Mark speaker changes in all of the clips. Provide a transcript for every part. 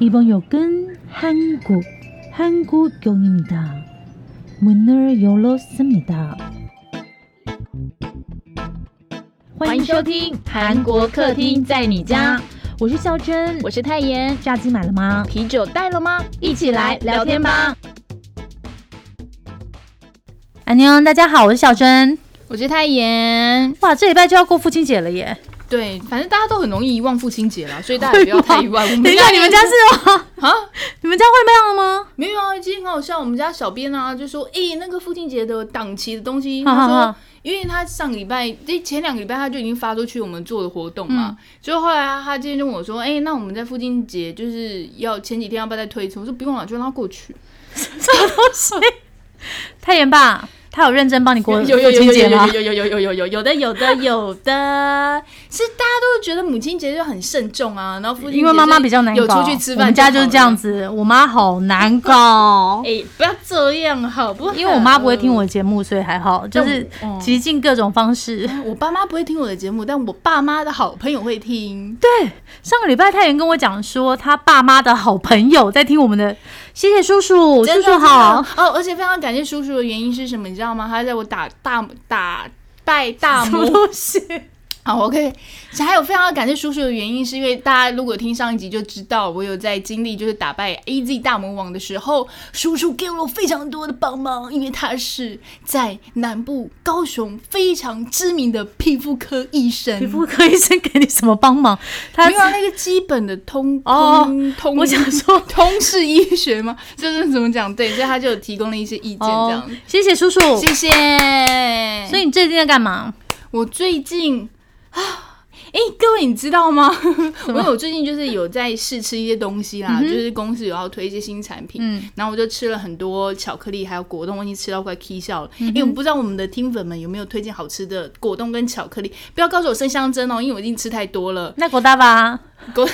Speaker 1: 이번 역은 한국, 한국역입니다. 문을 열었습니다.
Speaker 2: 欢迎收听《韩国客厅在你家》，
Speaker 1: 我是孝珍，
Speaker 2: 我是泰妍。
Speaker 1: 炸鸡买了吗？
Speaker 2: 啤酒带了吗？一起来聊天吧。
Speaker 1: 安妞，大家好，我是孝珍。
Speaker 2: 我是泰妍。
Speaker 1: 哇，这礼拜就要过父亲节了耶！
Speaker 3: 对，反正大家都很容易遗忘父亲节啦，所以大家也不要太 意外。我
Speaker 1: 等
Speaker 3: 们
Speaker 1: 一下，你们家是吗？
Speaker 3: 啊，
Speaker 1: 你们家会那样吗？
Speaker 3: 没有啊，今天很好笑，我们家小编啊就说，诶、那个父亲节的档期的东西，
Speaker 1: 好
Speaker 3: 他
Speaker 1: 好
Speaker 3: 说
Speaker 1: 好，
Speaker 3: 因为他上个礼拜，这前两个礼拜他就已经发出去我们做的活动嘛，
Speaker 1: 嗯
Speaker 3: 所以后来啊他今天就问我说，诶、那我们在父亲节就是要前几天要不要再推出？我说不用了，就让他过去。
Speaker 1: 太妍爸，他有认真帮你过
Speaker 3: 有
Speaker 1: 父
Speaker 3: 有有有
Speaker 1: 亲节
Speaker 3: 有
Speaker 1: 吗？
Speaker 3: 有有有有有有有的有的有的，是大家都觉得母亲节就很慎重啊，然后父亲
Speaker 1: 因为妈妈比较难搞，
Speaker 3: 有出去吃饭，
Speaker 1: 我们家就是这样。子，我妈好难搞。
Speaker 3: 哎、不要这样好不好？
Speaker 1: 因为我妈不会听我的节目，所以还好，就是
Speaker 3: 但我哦
Speaker 1: 极尽各种方 式。
Speaker 3: 我爸妈不会听我的节目，但我爸妈的好朋友会听。
Speaker 1: 对，上个礼拜太原跟我讲说，他爸妈的好朋友在听我们的，谢谢叔叔，叔
Speaker 3: 真的
Speaker 1: 叔好。
Speaker 3: 哦！而且非常感谢叔叔的原因是什么？你知道吗？他在我打大打拜 大
Speaker 1: 什么
Speaker 3: 魔。
Speaker 1: 东西？
Speaker 3: 好，OK。还有非常感谢叔叔的原因，是因为大家如果听上一集就知道，我有在经历就是打败 AZ 大魔王的时候，叔叔给了我非常多的帮忙，因为他是在南部高雄非常知名的皮肤科医生。
Speaker 1: 皮肤科医生给你什么帮忙？他
Speaker 3: 没有啊那个基本的通
Speaker 1: 哦
Speaker 3: 通通，
Speaker 1: 我想说
Speaker 3: 通识医学吗？ 就是怎么讲？对，所以他就有提供了一些意见，这样
Speaker 1: 哦。，谢谢叔叔。
Speaker 3: 谢谢。
Speaker 1: 所
Speaker 3: 所以
Speaker 1: 以你最近在干 嘛？
Speaker 3: 我最近啊，哎、各位你知道吗？因为我最近就是有在试吃一些东西啦，就是公司有要推一些新产品，
Speaker 1: 嗯
Speaker 3: 然后我就吃了很多巧克力还有果冻，我已经吃到快 k 笑了。因为我不知道我们的听粉们有没有推荐好吃的果冻跟巧克力，不要告诉我生香针哦，因为我已经吃太多了。
Speaker 1: 那狗大吧，
Speaker 3: 狗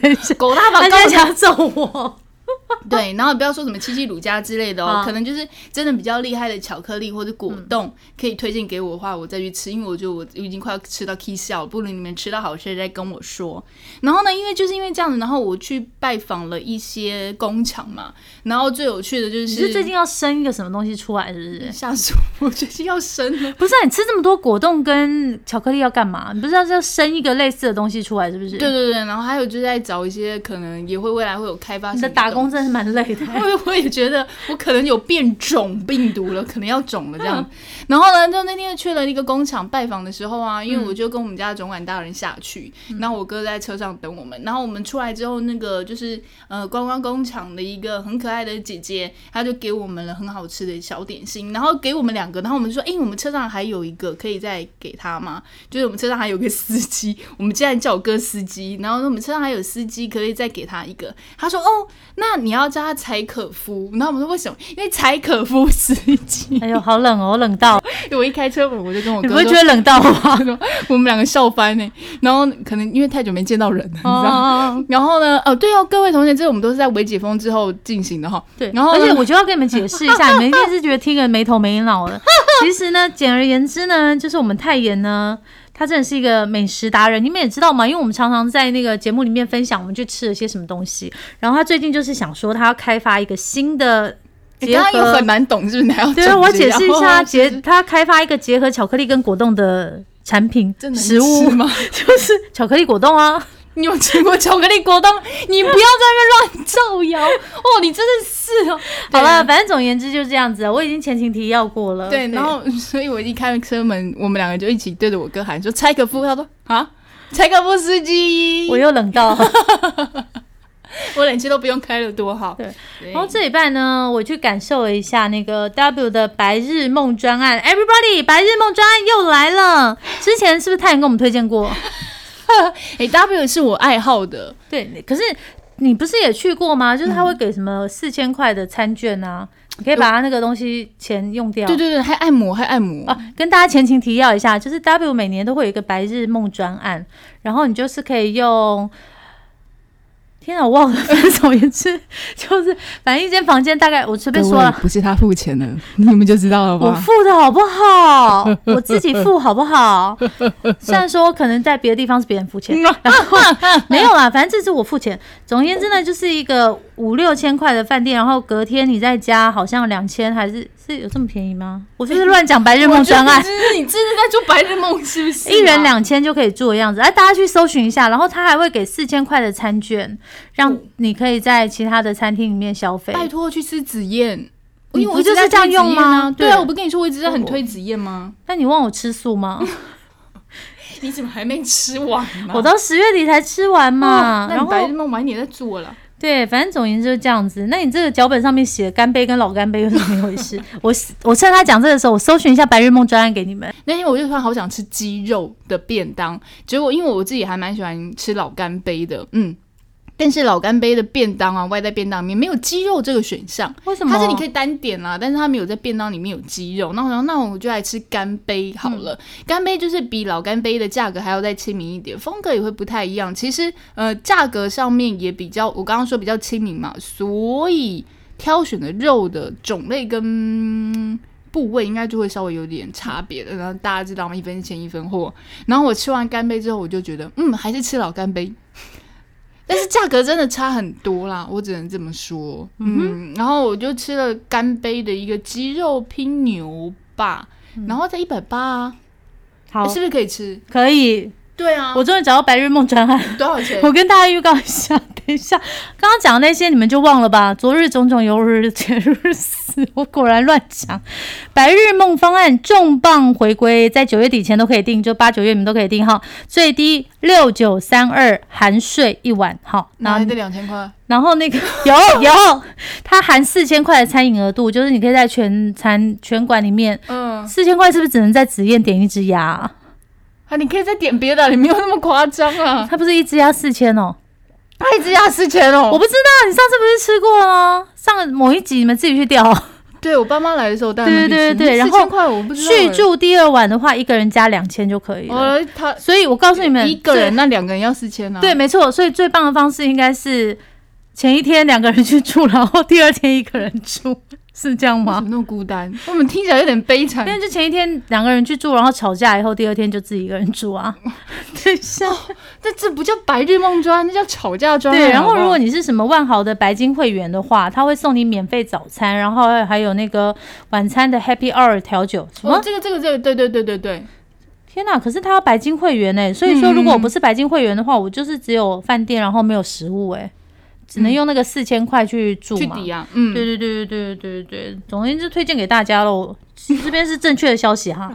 Speaker 1: 等一下
Speaker 3: 狗大
Speaker 1: 他
Speaker 3: 把
Speaker 1: 现
Speaker 3: 告
Speaker 1: 在
Speaker 3: 诉
Speaker 1: 想揍我。
Speaker 3: 对，然后不要说什么七七乳加之类的哦，
Speaker 1: 啊
Speaker 3: 可能就是真的比较厉害的巧克力或者果冻，可以推荐给我的话，我再去吃，因为我觉得我已经快要吃到 K 笑，不如你们吃到好吃再跟我说。然后呢，因为就是因为这样子，然后我去拜访了一些工厂嘛，然后最有趣的就是
Speaker 1: 你是最近要生一个什么东西出来，是不是？
Speaker 3: 吓死我，我最近要生了。
Speaker 1: 不是啊、你吃这么多果冻跟巧克力要干嘛？你不是要要生一个类似的东西出来，是不是？
Speaker 3: 对，对对，然后还有就是在找一些可能也会未来会有开发
Speaker 1: 你
Speaker 3: 什
Speaker 1: 的
Speaker 3: 么
Speaker 1: 打工
Speaker 3: 东
Speaker 1: 真的是蛮累的。
Speaker 3: 因为我也觉得我可能有变种病毒了，可能要肿了这样。然后呢，就那天去了一个工厂拜访的时候啊，因为我就跟我们家的总管大人下去，然后我哥在车上等我们。然后我们出来之后，那个就是呃观光工厂的一个很可爱的姐姐，她就给我们了很好吃的小点心，然后给我们两个，然后我们就说，哎、我们车上还有一个，可以再给他吗？就是我们车上还有个司机，我们竟然叫我哥司机，然后说我们车上还有司机，可不可以再给他一个。他说，哦，那你要叫他柴可夫，然后我们说为什么？因为柴可夫司机。
Speaker 1: 哎呦，好冷哦，冷到，
Speaker 3: 我一开车门我就跟我
Speaker 1: 你
Speaker 3: 哥
Speaker 1: 不会
Speaker 3: 说，
Speaker 1: 觉得冷到吗？
Speaker 3: 我们两个笑翻呢、然后可能因为太久没见到人 了，你知道吗？
Speaker 1: 哦，
Speaker 3: 然后呢，哦对哦，各位同学，这我们都是在微解封之后进行的哈。
Speaker 1: 对，
Speaker 3: 然后
Speaker 1: 而
Speaker 3: 呢
Speaker 1: 且我就要跟你们解释一下，你们一定是觉得听个没头没脑的。其实呢，简而言之呢，就是我们泰妍呢，她真的是一个美食达人。你们也知道嘛，因为我们常常在那个节目里面分享我们去吃了些什么东西。然后她最近就是想说，她要开发一个新的
Speaker 3: 你
Speaker 1: 结
Speaker 3: 哎刚
Speaker 1: 合，
Speaker 3: 刚又很难懂，是不是？你还要
Speaker 1: 对，
Speaker 3: 总
Speaker 1: 我解释一下，
Speaker 3: 结
Speaker 1: 结他开发一个结合巧克力跟果冻的产品
Speaker 3: 真的
Speaker 1: 食物，
Speaker 3: 吗？
Speaker 1: 就是巧克力果冻啊。
Speaker 3: 你有吃过巧克力果冻？你不要在那边乱造谣 哦！你真的是哦。对
Speaker 1: 好了，反正总而言之就是这样子啊，我已经前情提要过了。
Speaker 3: 对，然后所以我一开车门，我们两个就一起对着我哥喊说：“柴可夫。”他说：“啊，柴可夫司 机。
Speaker 1: 我又冷 到。
Speaker 3: 我冷气都不用开了，多好。
Speaker 1: 对
Speaker 3: 对
Speaker 1: 然后这礼拜呢，我去感受了一下那个 W 的白日梦专案，Everybody 白日梦专案又来了。之前是不是泰妍跟我们推荐 过？
Speaker 3: 哎、w 是我爱好的，
Speaker 1: 对，可是你不是也去过吗？就是
Speaker 3: 嗯
Speaker 1: 他会给什么四千块的餐券啊，你可以把他那个东西钱用掉。啊
Speaker 3: 对对对，还按摩，还按摩。
Speaker 1: 哦，跟大家前情提要一下，就是 W 每年都会有一个白日梦专案，然后你就是可以用天啊，我忘了， 反正总而言之，就是反正一间房间大概我随便说
Speaker 3: 各位
Speaker 1: 了，
Speaker 3: 不是他付钱的， 你们就知道了
Speaker 1: 我
Speaker 3: 吧？
Speaker 1: 付的好不好？我自己付好不好？虽然说可能在别的地方是别人付 钱，
Speaker 3: 啊
Speaker 1: 然后没有啦，反正这次我付钱。总而言之呢，就是一个五六千块的饭店，然后隔天你在家好像两千，还是是有这么便宜吗？我是不是乱讲白日梦专案
Speaker 3: 我觉？得你真的你真的在做白日梦是不是、
Speaker 1: 一人。两千就可以住的样子，哎、大家去搜寻一下，然后他还会给四千块的餐券，让你可以在其他的餐厅里面消费。
Speaker 3: 嗯拜托去吃紫燕，
Speaker 1: 你
Speaker 3: 因为我
Speaker 1: 不
Speaker 3: 一直
Speaker 1: 就是
Speaker 3: 在
Speaker 1: 这样
Speaker 3: 推紫
Speaker 1: 用
Speaker 3: 燕啊
Speaker 1: 吗
Speaker 3: 对
Speaker 1: 对哦
Speaker 3: 啊，我不跟你说我一直在很
Speaker 1: 我
Speaker 3: 推紫燕吗？
Speaker 1: 那你问我吃素吗？
Speaker 3: 你怎么还没吃完呢
Speaker 1: 我到十月底才吃完嘛，
Speaker 3: 哦那
Speaker 1: 然
Speaker 3: 你白
Speaker 1: 后
Speaker 3: 日梦晚一点再做了。
Speaker 1: 对，反正总而言之就是这样子。那你这个脚本上面写干杯跟老干杯又是怎么一回 事？我我趁他讲这个时候，我搜寻一下白日梦专案给你们。
Speaker 3: 那天我就突然好想吃鸡肉的便当，结果因为我自己还蛮喜欢吃老干杯的，嗯，但是老干杯的便当啊，外带便当里面没有鸡肉这个选项。
Speaker 1: 为什么？
Speaker 3: 它是你可以单点啦，但是它没有在便当里面有鸡肉。那我想，那我就来吃干杯好了。
Speaker 1: 嗯
Speaker 3: 干杯就是比老干杯的价格还要再亲民一点，风格也会不太一样。其实呃，价格上面也比较，我刚刚说比较亲民嘛，所以挑选的肉的种类跟。部位应该就会稍微有点差别的，然后大家知道吗？一分钱一分货。然后我吃完干杯之后，我就觉得，嗯，还是吃老干杯，但是价格真的差很多啦，我只能这么说。嗯，然后我就吃了干杯的一个鸡肉拼牛吧，然后在一百八啊，
Speaker 1: 好，
Speaker 3: 是不是可以吃？
Speaker 1: 可以。
Speaker 3: 对啊
Speaker 1: 我终于找到白日梦专案。
Speaker 3: 多少钱
Speaker 1: 我跟大家预告一下， 等一下，刚刚讲的那些你们就忘了吧。昨日种种，犹如前日死，我果然乱讲。白日梦方案重磅回归，在九月底前都可以订，就八九月你们都可以订哈。最低六九三二含税一晚，好，
Speaker 3: 哪
Speaker 1: 然
Speaker 3: 来
Speaker 1: 后
Speaker 3: 的两千块？
Speaker 1: 然后那个有有，它含四千块的餐饮额度，就是你可以在全餐全馆里面，
Speaker 3: 嗯，
Speaker 1: 四千块是不是只能在紫燕点一只鸭啊、
Speaker 3: 啊，你可以再点别的，你没有那么夸张啊。
Speaker 1: 它不是一只鸭四千哦。
Speaker 3: 他一只要四千哦
Speaker 1: 我不知道，你上次不是吃过了吗？上某一集你们自己去调。
Speaker 3: 对我爸妈来的时候，当
Speaker 1: 对
Speaker 3: 然
Speaker 1: 对对对然
Speaker 3: 四
Speaker 1: 后
Speaker 3: 千块我不知道欸。
Speaker 1: 续住第二晚的话，一个人加两千就可以了。
Speaker 3: 哦，他
Speaker 1: 所以我告诉你们，
Speaker 3: 一个人
Speaker 1: 最
Speaker 3: 那两个人要四千啊。
Speaker 1: 对，，没错。所以最棒的方式应该是前一天两个人去住，然后第二天一个人住， 是这样
Speaker 3: 为什
Speaker 1: 吗
Speaker 3: 么？那么孤单？我们听起来有点悲惨。
Speaker 1: 但就前一天两个人去住，然后吵架以后，第二天就自己一个人住 啊。对，是。啊
Speaker 3: 哦但这不叫白日梦专，那叫吵架专。
Speaker 1: 对，然后
Speaker 3: 好不
Speaker 1: 如
Speaker 3: 好
Speaker 1: 果你是什么万豪的白金会员的话，他会送你免费早餐，然后还有那个晚餐的 Happy Hour 调酒。什么
Speaker 3: 哦，？这个这个这个，对对对对对，
Speaker 1: 天呐！可是他要白金会员哎、所以说如
Speaker 3: 嗯
Speaker 1: 果我不是白金会员的话，我就是只有饭店，然后没有食物哎、只能用那个四千块去住
Speaker 3: 去
Speaker 1: 嘛。
Speaker 3: 抵押，
Speaker 1: 对
Speaker 3: 嗯，
Speaker 1: 对对对对对对，总而言之推荐给大家喽。这边是正确的消息 哈。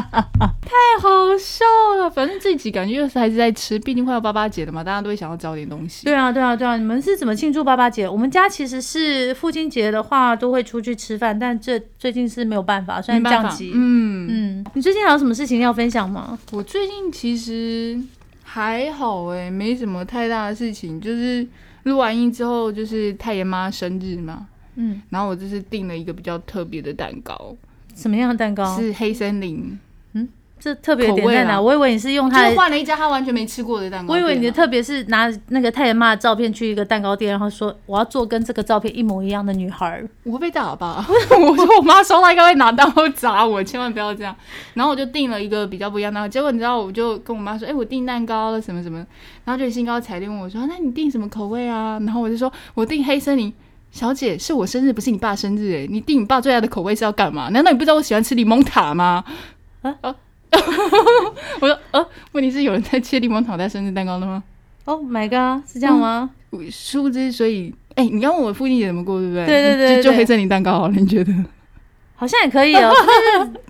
Speaker 3: 太好笑了。反正这集感觉又是还是在吃，毕竟快要八八节了嘛，大家都会想要找点东西。
Speaker 1: 对啊对啊对啊，你们是怎么庆祝八八节？我们家其实是父亲节的话都会出去吃饭，但这最近是没有办法，虽
Speaker 3: 没
Speaker 1: 然
Speaker 3: 办
Speaker 1: 降
Speaker 3: 法，
Speaker 1: 级。
Speaker 3: 嗯，
Speaker 1: 嗯，你最近还有什么事情要分享吗？
Speaker 3: 我最近其实还好哎、没什么太大的事情，就是录完音之后就是太爷妈生日嘛，
Speaker 1: 嗯，
Speaker 3: 然后我就是订了一个比较特别的蛋糕，
Speaker 1: 什么样的蛋糕？
Speaker 3: 是黑森林，
Speaker 1: 这特别的点
Speaker 3: 口味
Speaker 1: 在哪？
Speaker 3: 啦
Speaker 1: 我以为你是用
Speaker 3: 就
Speaker 1: 它的
Speaker 3: 是换了一家他完全没吃过的蛋糕
Speaker 1: 我以
Speaker 3: 店啊。
Speaker 1: 为你的特别是拿那个太爷妈的照片去一个蛋糕店，然后说我要做跟这个照片一模一样的女孩儿。
Speaker 3: 我会被打吧？ 我说我妈收到应该会拿刀砸我，千万不要这样。然后我就订了一个比较不一样的蛋糕，结果你知道，我就跟我妈说，哎、我订蛋糕了什么什么，然后就兴高采烈问我说，那你订什么口味啊？然后我就说我订黑森林。小姐，是我生日，不是你爸生日哎诶，你订你爸最爱的口味是要干嘛？难道你不知道我喜欢吃柠檬塔吗？
Speaker 1: 啊
Speaker 3: 啊！我说，呃、问题是有人在切柠檬塔在生日蛋糕的吗？
Speaker 1: Oh my god，是这样吗？
Speaker 3: 殊不知，所以，哎、你刚问我父亲节怎么过，对不对？
Speaker 1: 对对对对
Speaker 3: 就就
Speaker 1: 对
Speaker 3: 黑森林蛋糕好了，你觉得？
Speaker 1: 好像也可以哦。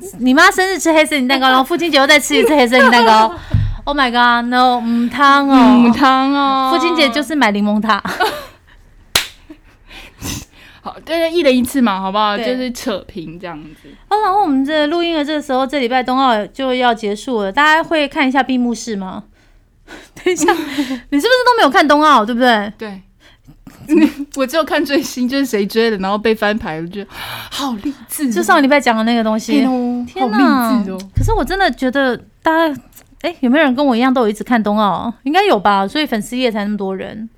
Speaker 1: 就是你妈生日吃黑森林蛋糕，然后父亲节又再吃一次黑森林蛋 糕。Oh my god，no，嗯汤
Speaker 3: 母
Speaker 1: 哦。
Speaker 3: 汤哦，
Speaker 1: 父亲节就是买柠檬塔，
Speaker 3: 好，对对，一人一次嘛，好不好？就
Speaker 1: 对
Speaker 3: 是扯平这样子。
Speaker 1: 哦，然后我们这录音的这个时候，这礼拜冬奥就要结束了，大家会看一下闭幕式 吗？等一下，你是不是都没有看冬奥，对不对？
Speaker 3: 对， 我只有看最新，就是谁追了，然后被翻牌，我觉得 好励志哦，
Speaker 1: 就上礼拜讲的那个东西，
Speaker 3: 天哦，好
Speaker 1: 天呐！
Speaker 3: 励志哦。
Speaker 1: 可是我真的觉得 大家，哎、有没有人跟我一样都有一直看冬奥？应该有吧，所以粉丝页才那么多人。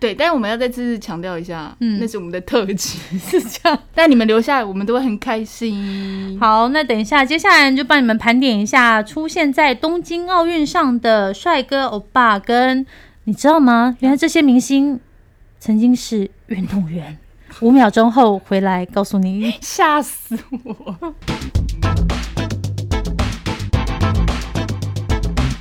Speaker 3: 对，但是我们要再次强调一下，
Speaker 1: 嗯
Speaker 3: 那是我们的特辑。
Speaker 1: 是这样。
Speaker 3: 但你们留下来，我们都会很开心。
Speaker 1: 好，那等一下，接下来就帮你们盘点一下出现在东京奥运上的帅哥欧巴跟，你知道吗？原来这些明星曾经是运动员。五秒钟后回来告诉你。
Speaker 3: 吓死我！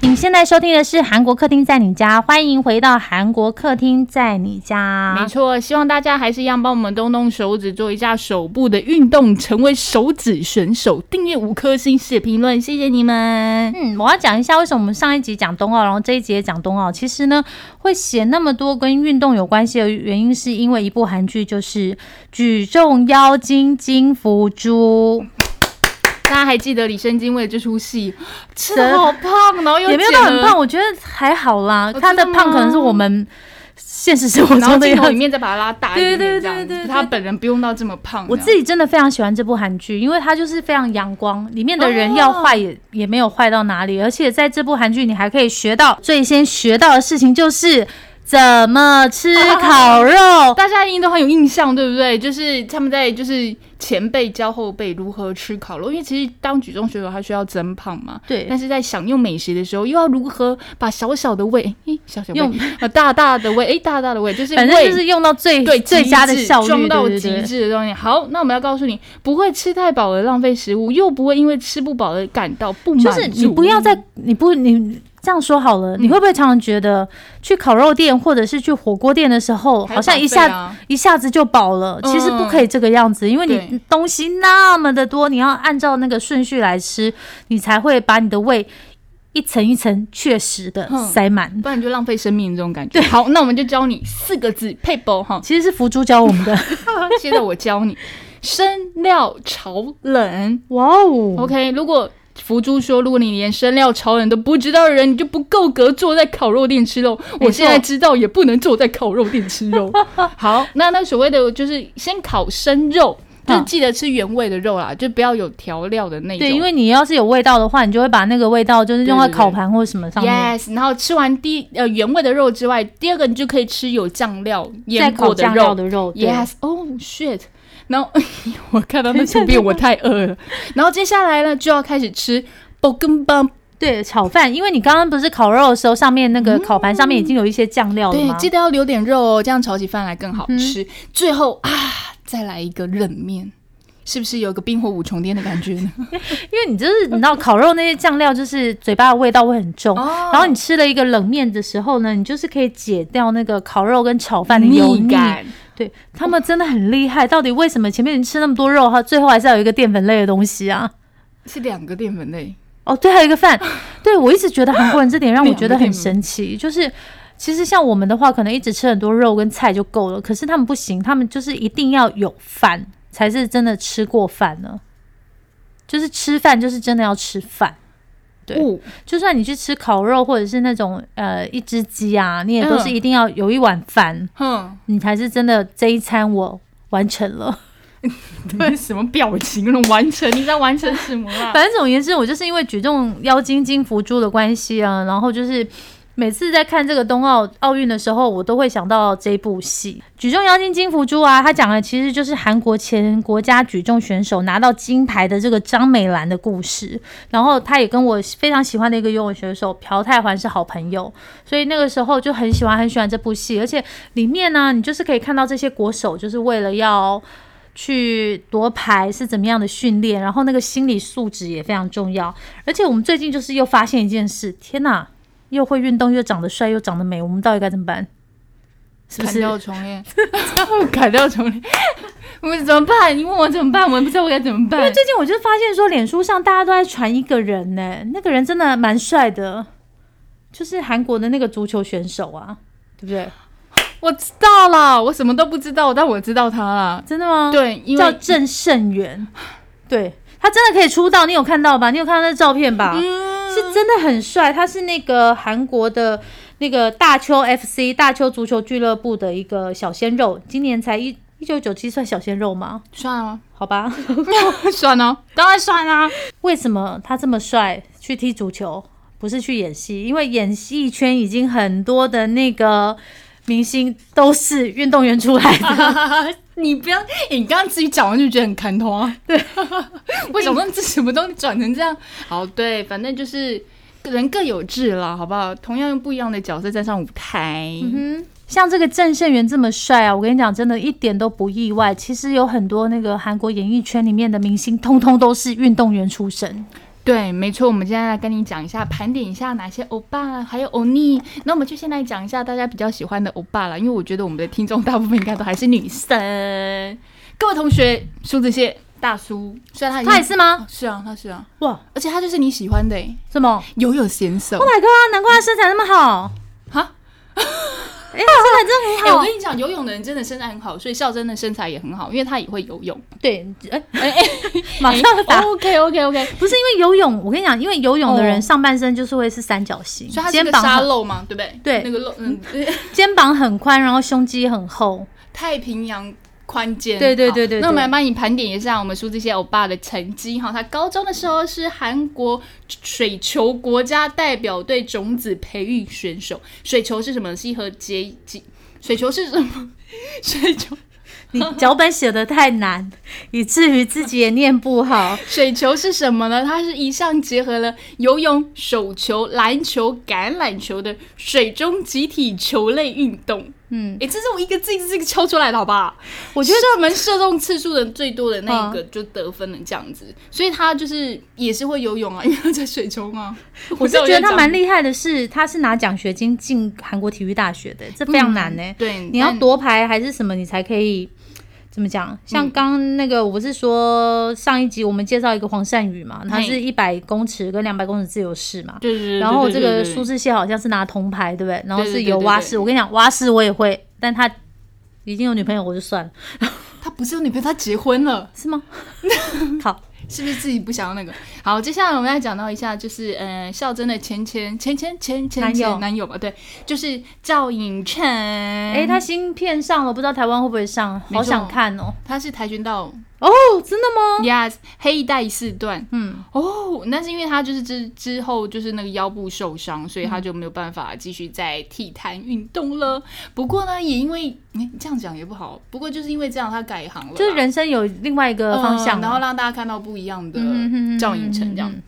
Speaker 1: 你现在收听的是《韩国客厅在你家》，欢迎回到《韩国客厅在你家》。
Speaker 3: 没错，希望大家还是一样帮我们动动手指，做一下手部的运动，成为手指选手。订阅五颗星，写评论，谢谢你们。
Speaker 1: 嗯，我要讲一下为什么我们上一集讲冬奥，然后这一集也讲冬奥。其实呢，会写那么多跟运动有关系的原因，是因为一部韩剧就是《举重妖精金福珠
Speaker 3: 大家还记得李圣经为了这出戏吃的好胖，然后》，又
Speaker 1: 也没有
Speaker 3: 减
Speaker 1: 到很
Speaker 3: 了
Speaker 1: 胖，，我觉得还好啦。
Speaker 3: 哦
Speaker 1: 他的
Speaker 3: 真的吗
Speaker 1: 胖可能是我们现实生活
Speaker 3: 然后
Speaker 1: 中的
Speaker 3: 镜头
Speaker 1: 样
Speaker 3: 里
Speaker 1: 子。
Speaker 3: 面再把它拉大一
Speaker 1: 对
Speaker 3: 点
Speaker 1: 对
Speaker 3: 点，这样子
Speaker 1: 对对对
Speaker 3: 他本人不用到这么胖。
Speaker 1: 我自己真的非常喜欢这部韩剧，因为它就是非常阳光，里面的人要
Speaker 3: 哦
Speaker 1: 坏也、也没有坏到哪里，而且在这部韩剧你还可以学到最先学到的事情就是怎么吃烤肉。
Speaker 3: 大家一定都很有印象，对不对？就是他们在就是前辈教后辈如何吃烤肉，因为其实当举重选手他需要增胖嘛，
Speaker 1: 对
Speaker 3: 但是在享用美食的时候，又要如何把小小的胃，诶小小胃
Speaker 1: 用
Speaker 3: 啊大大的胃，诶大大的胃，就是
Speaker 1: 反正
Speaker 3: 胃
Speaker 1: 就是用到最
Speaker 3: 对
Speaker 1: 哎最
Speaker 3: 极
Speaker 1: 佳的
Speaker 3: 致
Speaker 1: 效率，
Speaker 3: 装到
Speaker 1: 对对
Speaker 3: 极
Speaker 1: 对
Speaker 3: 致的东西。好，那我们要告诉你，不会吃太饱而浪费食物，又不会因为吃不饱而感到不满
Speaker 1: 就
Speaker 3: 足。嗯
Speaker 1: 是你不要再你不你这样说好了，你会不会常常觉得去烤肉店或者是去火锅店的时候，
Speaker 3: 还
Speaker 1: 好像
Speaker 3: 浪
Speaker 1: 一
Speaker 3: 费
Speaker 1: 下、
Speaker 3: 啊嗯
Speaker 1: 一下子就饱了？其实不可以这个样子，因为你
Speaker 3: 对
Speaker 1: 东西那么的多，你要按照那个顺序来吃，你才会把你的胃一层一层确实的
Speaker 3: 嗯
Speaker 1: 塞满。
Speaker 3: 不然你就浪费生命这种感觉。好，那我们就教你四个字配 包哈，
Speaker 1: 其实是福珠教我们 的，
Speaker 3: 现在我教你生料炒冷。
Speaker 1: 哇哦
Speaker 3: OK，如果福珠说，如果你连生料炒冷都不知道的人，你就不够格坐在烤肉店吃肉。
Speaker 1: 没错
Speaker 3: 我现在知道也不能坐在烤肉店吃 肉。好，那那所谓的就是先烤生肉。就
Speaker 1: 嗯
Speaker 3: 是记得吃原味的肉啦，就不要有调料的那 种。
Speaker 1: 对，因为你要是有味道的话，你就会把那个味道就是用到
Speaker 3: 对对对
Speaker 1: 烤盘或什么上面。
Speaker 3: yes，然后吃完第一呃原味的肉之外，第二个你就可以吃有酱料
Speaker 1: 在
Speaker 3: 腌
Speaker 1: 烤
Speaker 3: 过的
Speaker 1: 酱
Speaker 3: 肉
Speaker 1: 料。的肉对
Speaker 3: Yes, oh shit！然后 我看到那图片，我太饿了。然后接下来呢，就要开始吃 b o g n b a m
Speaker 1: 对，炒饭，因为你刚刚不是烤肉的时候，上面那个烤盘上面已经有一些酱料了
Speaker 3: 对
Speaker 1: 吗？，
Speaker 3: 记得要留点肉哦，这样炒起饭来更好
Speaker 1: 嗯哼
Speaker 3: 吃。最后啊，再来一个冷面，是不是有个冰火五重天的感觉呢？
Speaker 1: 因为你就是你知道烤肉那些酱料，就是嘴巴的味道会很重。
Speaker 3: 哦
Speaker 1: 然后你吃了一个冷面的时候呢，你就是可以解掉那个烤肉跟炒饭的油腻。
Speaker 3: 感，
Speaker 1: 对他们真的很厉害，到底为什么前面你吃那么多肉，它最后还是要有一个淀粉类的东西啊？
Speaker 3: 是两个淀粉类。
Speaker 1: 哦，对，还有一个饭，对我一直觉得韩国人这点让我觉得
Speaker 3: 两
Speaker 1: 很
Speaker 3: 个
Speaker 1: 神奇，就是其实像我们的话，可能一直吃很多肉跟菜就够了，可是他们不行，他们就是一定要有饭才是真的吃过饭呢，就是吃饭就是真的要吃饭。对
Speaker 3: 哦，
Speaker 1: 就算你去吃烤肉或者是那种呃一只鸡啊，你也都是
Speaker 3: 嗯
Speaker 1: 一定要有一碗饭，
Speaker 3: 哼，
Speaker 1: 你才是真的这一餐我完成了。
Speaker 3: 对，什么表情？那种完成？你在完成什么 啊？
Speaker 1: 反正总而言之，我就是因为举重妖精金福珠的关系啊，然后就是每次在看这个冬奥奥运的时候，我都会想到这部戏《举重妖精金福珠》啊。它讲的其实就是韩国前国家举重选手拿到金牌的这个张美兰的故事。然后她也跟我非常喜欢的一个游泳选手朴泰桓是好朋友，所以那个时候就很喜欢很喜欢这部戏，而且里面呢、你就是可以看到这些国手就是为了要。去夺牌是怎么样的训练，然后那个心理素质也非常重要。而且我们最近就是又发现一件事，天哪，又会运动又长得帅又长得美，我们到底该怎么办？是不
Speaker 3: 砍
Speaker 1: 是？
Speaker 3: 掉重练， 砍掉重练，我们怎么办？你问我怎么办？我也不知道我该怎么办。
Speaker 1: 最近我就发现说，脸书上大家都在传一个人呢、那个人真的蛮帅的，就是韩国的那个足球选手啊，对不对？
Speaker 3: 我知道啦，我什么都不知道，但我知道他啦。
Speaker 1: 真的吗？，
Speaker 3: 对，因
Speaker 1: 叫
Speaker 3: 为
Speaker 1: 郑胜元，对他真的可以出道，你有看到吧？你有看到那照片
Speaker 3: 嗯
Speaker 1: 吧？是真的很帅，他是那个韩国的那个大邱 FC 大邱足球俱乐部的一个小鲜肉，今年才一一九九七，算小鲜肉吗？
Speaker 3: 算啊，
Speaker 1: 好吧，
Speaker 3: 算啊，当然算啊。
Speaker 1: 为什么他这么帅去踢足球，不是去演戏？因为演戏圈已经很多的那个明星都是运动员出来 的。
Speaker 3: 你不要，欸你刚刚自己讲完就觉得很看通啊。对， 为什么这什么东西转成这样？好，对，反正就是人各有志啦，好不好？同样用不一样的角色站上舞台。
Speaker 1: 嗯哼，像这个郑胜元这么帅啊，我跟你讲，真的一点都不意外。其实有很多那个韩国演艺圈里面的明星，通通都是运动员出身。
Speaker 3: 对，没错，我们今天来跟你讲一下，盘点一下哪些欧巴还有欧尼。那我们就先来讲一下大家比较喜欢的欧巴啦，因为我觉得我们的听众大部分应该都还是女生。各位同学，苏子燮大叔，虽然他已经
Speaker 1: 他也是吗？
Speaker 3: 是啊，他是啊，
Speaker 1: 哇，
Speaker 3: 而且他就是你喜欢的、欸、
Speaker 1: 什么
Speaker 3: 游泳选手
Speaker 1: ？Oh my god！难怪他身材那么好。
Speaker 3: 哈。
Speaker 1: 哎、身材真
Speaker 3: 哎、
Speaker 1: 的很
Speaker 3: 我
Speaker 1: 好。
Speaker 3: 跟你讲，游泳的人真的身材很好，所以孝真的身材也很好，因为他也会游泳。
Speaker 1: 对，哎哎哎， 马上打。
Speaker 3: OK OK OK，
Speaker 1: 不是因为游泳，我跟你讲，因为游泳的人
Speaker 3: 哦
Speaker 1: 上半身就是会是三角形，
Speaker 3: 所以他是
Speaker 1: 肩
Speaker 3: 个
Speaker 1: 膀
Speaker 3: 沙
Speaker 1: 很
Speaker 3: 漏嘛，对不对？
Speaker 1: 对
Speaker 3: 那个漏，嗯，
Speaker 1: 肩膀很宽，然后胸肌很厚。
Speaker 3: 太平洋宽肩。
Speaker 1: 对对
Speaker 3: 好
Speaker 1: 对对
Speaker 3: 那我们
Speaker 1: 对
Speaker 3: 来帮你盘点一下我们苏这些欧巴的成绩哈。他高中的时候是韩国水球国家代表队种子培育选手。水球是什么？是一和结结。水球是什么？水球
Speaker 1: 你脚本写的太难，以至于自己也念不 好。
Speaker 3: 水球是什么呢？它是一项结合了游泳、手球、篮球、橄榄球的水中集体球类运动。
Speaker 1: 嗯，
Speaker 3: 哎，这是我一个字一个字一个敲出来的，好不好？我觉得射门射中次数的最多的那
Speaker 1: 嗯
Speaker 3: 一个就得分了，这样子。所以他就是也是会游泳啊，因为他在水中啊。
Speaker 1: 我是觉得他蛮
Speaker 3: 厉
Speaker 1: 厉害的是，他是拿奖学金进韩国体育大学的，这非常难呢、欸
Speaker 3: 对，
Speaker 1: 你要
Speaker 3: 但嗯
Speaker 1: 夺牌还是什么，你才可以怎么讲？像刚刚那个，我不是说上一集我们介绍一个黄善宇嘛，他
Speaker 3: 嘿
Speaker 1: 是一百公尺跟两百公尺自由式嘛。
Speaker 3: 对对对。
Speaker 1: 然后
Speaker 3: 对
Speaker 1: 这个苏
Speaker 3: 对
Speaker 1: 志燮好像是拿铜牌，对不对？然后
Speaker 3: 对对
Speaker 1: 是
Speaker 3: 对
Speaker 1: 有
Speaker 3: 对
Speaker 1: 蛙
Speaker 3: 对
Speaker 1: 式，我跟你讲，蛙式我也会，但他已经有女朋友，我就算了，
Speaker 3: 他不是有女朋友，他结婚了。
Speaker 1: 是吗？好，
Speaker 3: 是不是自己不想要那个？好，接下来我们要讲到一下，就是呃，孝真的前前前前前前
Speaker 1: 男友
Speaker 3: 前男友吧，对，就是赵寅成。
Speaker 1: 哎、
Speaker 3: 哎
Speaker 1: 他新片上了，不知道台湾会不会上，
Speaker 3: 没错
Speaker 1: 好想看哦。
Speaker 3: 他是跆拳道
Speaker 1: 哦，真的吗？
Speaker 3: ，yes，黑带四段。
Speaker 1: 嗯，
Speaker 3: 哦，那是因为他就是之之后就是那个腰部受伤，所以他就没有办法继续在体坛运动了。不过呢，也因为你这样讲也不好，不过就是因为这样他改行了啦，
Speaker 1: 就是人生有另外一个方向
Speaker 3: 嗯
Speaker 1: 嘛、
Speaker 3: 然后让大家看到不一样的
Speaker 1: 嗯哼哼哼
Speaker 3: 赵寅成这样
Speaker 1: 嗯。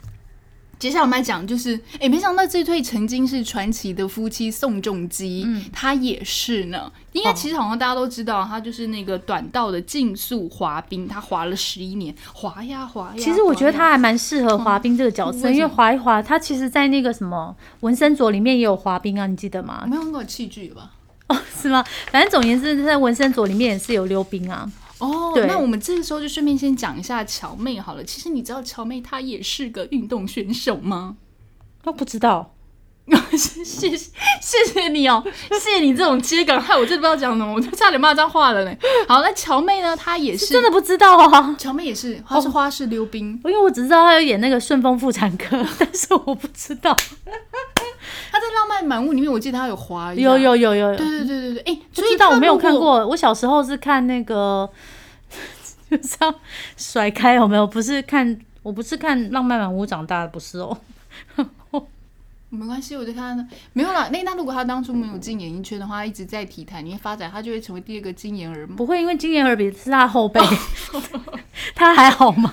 Speaker 3: 接下来我们来讲，就是哎、诶没想到这对曾经是传奇的夫妻宋仲基，
Speaker 1: 嗯
Speaker 3: 他也是呢。应
Speaker 1: 哦
Speaker 3: 该其实好像大家都知道，他就是那个短道的竞速滑冰，他滑了十一年，滑呀滑呀。
Speaker 1: 其实我觉得
Speaker 3: 滑呀
Speaker 1: 他还蛮适合滑冰这个角色，
Speaker 3: 啊嗯为什
Speaker 1: 因为
Speaker 3: 么
Speaker 1: 滑一滑，他其实，在那个什么《纹身佐》里面也有滑冰啊，你记得 吗？
Speaker 3: 没有那个器具吧？
Speaker 1: 哦，是吗？反正总而言之，在《纹身佐》里面也是有溜冰啊。
Speaker 3: 哦
Speaker 1: 对，
Speaker 3: 那我们这个时候就顺便先讲一下乔妹好了。其实你知道乔妹她也是个运动选手吗？
Speaker 1: 我不知道，
Speaker 3: 谢谢谢谢你哦，谢谢你这种接梗，害我真的不知道讲什么，我都差点骂脏话了呢。好，那乔妹呢？她也是
Speaker 1: 真的不知道啊，
Speaker 3: 乔妹也是，她是花式溜冰，
Speaker 1: 因为我只知道他有演那个《顺风妇产科》， 但是我不知道。
Speaker 3: 她在《浪漫满屋》里面，我记得她有滑一下
Speaker 1: 有，有有有有，
Speaker 3: 哎对对对对对，哎、
Speaker 1: 不
Speaker 3: 所
Speaker 1: 知
Speaker 3: 以
Speaker 1: 道
Speaker 3: 她
Speaker 1: 我没有
Speaker 3: 如果
Speaker 1: 看，过，我小时候是看那个， 就是要 甩开有没有？不是看，我不是看《浪漫满屋》长大的，不是哦。
Speaker 3: 没关系，我就看她没有啦。那那如果她当初没有进演艺圈的话，她一直在体坛里面发展，她就会成为第二个金妍儿吗？
Speaker 1: 不会，因为金妍尔比是他后辈，哦 他还好 吗？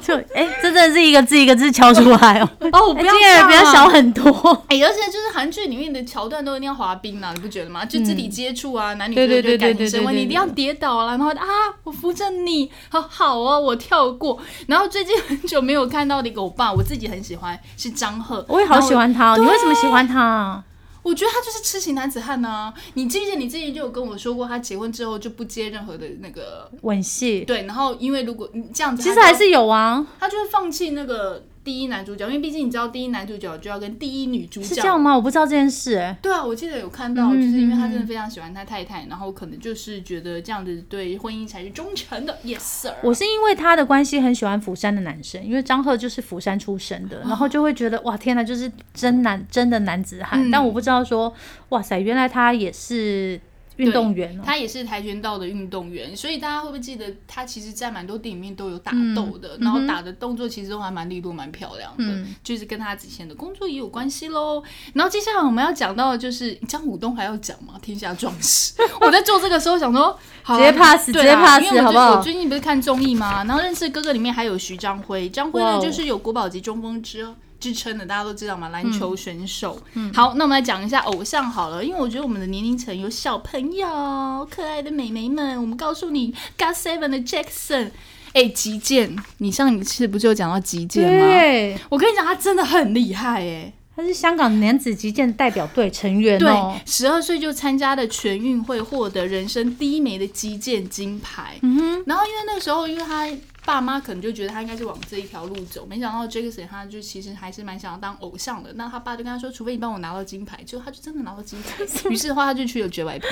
Speaker 1: 就哎、这真的是一个字一个字敲出来哦。
Speaker 3: 哦，
Speaker 1: 哎金妍尔比他小很多。
Speaker 3: 哎、而且就是韩剧里面的桥段都一定要滑冰啊啦，你不觉得吗？就肢体接触啊，男女
Speaker 1: 对
Speaker 3: 之
Speaker 1: 嗯对对
Speaker 3: 间就会感
Speaker 1: 对对
Speaker 3: 情升温，
Speaker 1: 对对
Speaker 3: 你一定要跌倒了，然后啊，我扶着你，好好哦，我跳过。然后最近很久没有看到的一个欧巴，我自己很喜欢，是张赫，
Speaker 1: 我也好喜欢他、哦，
Speaker 3: 对
Speaker 1: 你为什么喜欢他、啊？
Speaker 3: 我觉得他就是痴情男子汉呐、你记不记得你之前就有跟我说过，他结婚之后就不接任何的那个
Speaker 1: 吻戏
Speaker 3: 对，然后因为如果你这样子，
Speaker 1: 其实
Speaker 3: 他就
Speaker 1: 还是有啊，
Speaker 3: 他就会放弃那个第一男主角，因为毕竟你知道第一男主角就要跟第一女主角
Speaker 1: 是这样吗？我不知道这件事、哎，
Speaker 3: 对啊，我记得有看到，
Speaker 1: 嗯
Speaker 3: 就是因为他真的非常喜欢他太太，然后可能就是觉得这样子对婚姻才是忠诚的。Yes sir，
Speaker 1: 我是因为他的关系很喜欢釜山的男生，因为张赫就是釜山出生的，然后就会觉得哇天哪，就是真男真的男子汉。
Speaker 3: 嗯
Speaker 1: 但我不知道说哇塞，原来他也是运动员哦、
Speaker 3: 他也是跆拳道的运动员，所以大家会不会记得他其实，在蛮多电影里面都有打斗的，然后打的动作其实都还蛮利落、蛮漂亮的，
Speaker 1: 嗯
Speaker 3: 就是跟他之前的工作也有关系喽。然后接下来我们要讲到的就是张武东还要讲吗？天下壮士，我在做这个时候想说，好啊
Speaker 1: 直接 pass，
Speaker 3: 对啊
Speaker 1: 直接 pass，
Speaker 3: 因为我
Speaker 1: 好
Speaker 3: 最
Speaker 1: 不好
Speaker 3: 我最近不是看综艺吗？然后认识哥哥里面还有徐章辉，章辉
Speaker 1: 哇
Speaker 3: 呢
Speaker 1: 哦嗯
Speaker 3: 就是有国宝级中锋之支撑的，大家都知道嘛，篮球选手。好，那我们来讲一下偶像好了，因为我觉得我们的年龄层有小朋友、可爱的美眉们，我们告诉你，God Seven 的 Jackson，哎、击剑，你上一次不就讲到击剑吗？
Speaker 1: 对，
Speaker 3: 我跟你讲，他真的很厉害哎、
Speaker 1: 他是香港男子击剑代表队成员哦
Speaker 3: 对，，十二岁就参加了全运会，获得人生第一枚的击剑金牌。
Speaker 1: 嗯
Speaker 3: 然后因为那时候，因为他爸妈可能就觉得他应该是往这一条路走，没想到 Jackson 他就其实还是蛮想要当偶像的。那他爸就跟他说，除非你帮我拿到金牌，结果他就真的拿到金牌。于是的话，他就去了绝白平。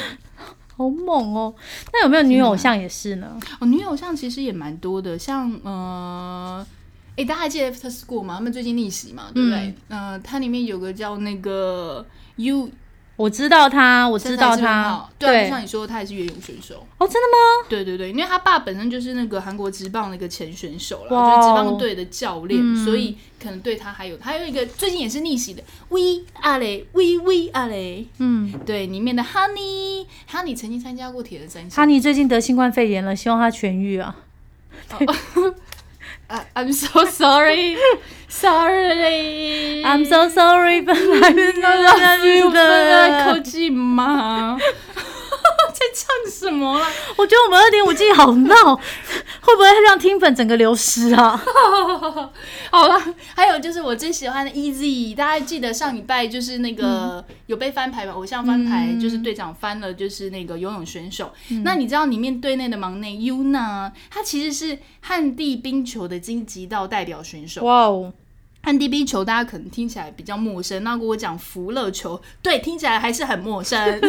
Speaker 1: 好猛哦。那有没有女偶像也是呢？
Speaker 3: 哦，女偶像其实也蛮多的，像呃。哎、大家还记得 After School 吗？他们最近逆袭嘛，对不对？嗯、呃，它里面有个叫那个 U，
Speaker 1: 我知道他，我知道他
Speaker 3: 她，，对啊，
Speaker 1: 对
Speaker 3: 就，像你说，他也是游泳选手。
Speaker 1: 哦，真的吗？
Speaker 3: 对对对，因为他爸本身就是那个韩国职棒的一个前选手啦，
Speaker 1: 哇哦
Speaker 3: 就是职棒队的教练，
Speaker 1: 嗯
Speaker 3: 所以可能对他还有还有一个最近也是逆袭的 We 阿雷 We We 阿雷，
Speaker 1: 嗯，
Speaker 3: 对里面的 Honey Honey 曾经参加过铁人三
Speaker 1: 哈
Speaker 3: 项。
Speaker 1: 尼最近得新冠肺炎了，希望他痊愈啊。
Speaker 3: 啊 I'm so sorry sorry
Speaker 1: I'm so sorry，本来 是那
Speaker 3: 我
Speaker 1: 个
Speaker 3: 在
Speaker 1: 的
Speaker 3: 口。技吗？ 在唱什么啦？
Speaker 1: 我觉得我们二点五 G 好闹， 会不会让听粉整个流失啊？
Speaker 3: 好了，还有就是我最喜欢的 Easy，大家记得上礼拜就是那个有被翻牌嘛，偶像翻牌，就是队长翻了，就是那个游泳选手。那你知道里面队内的忙内 Yuna，她其实是旱地冰球的荆棘道代表选手。
Speaker 1: 哇哦，
Speaker 3: 旱地冰球大家可能听起来比较陌生，那如果讲福乐球，对，听起来还是很 陌生。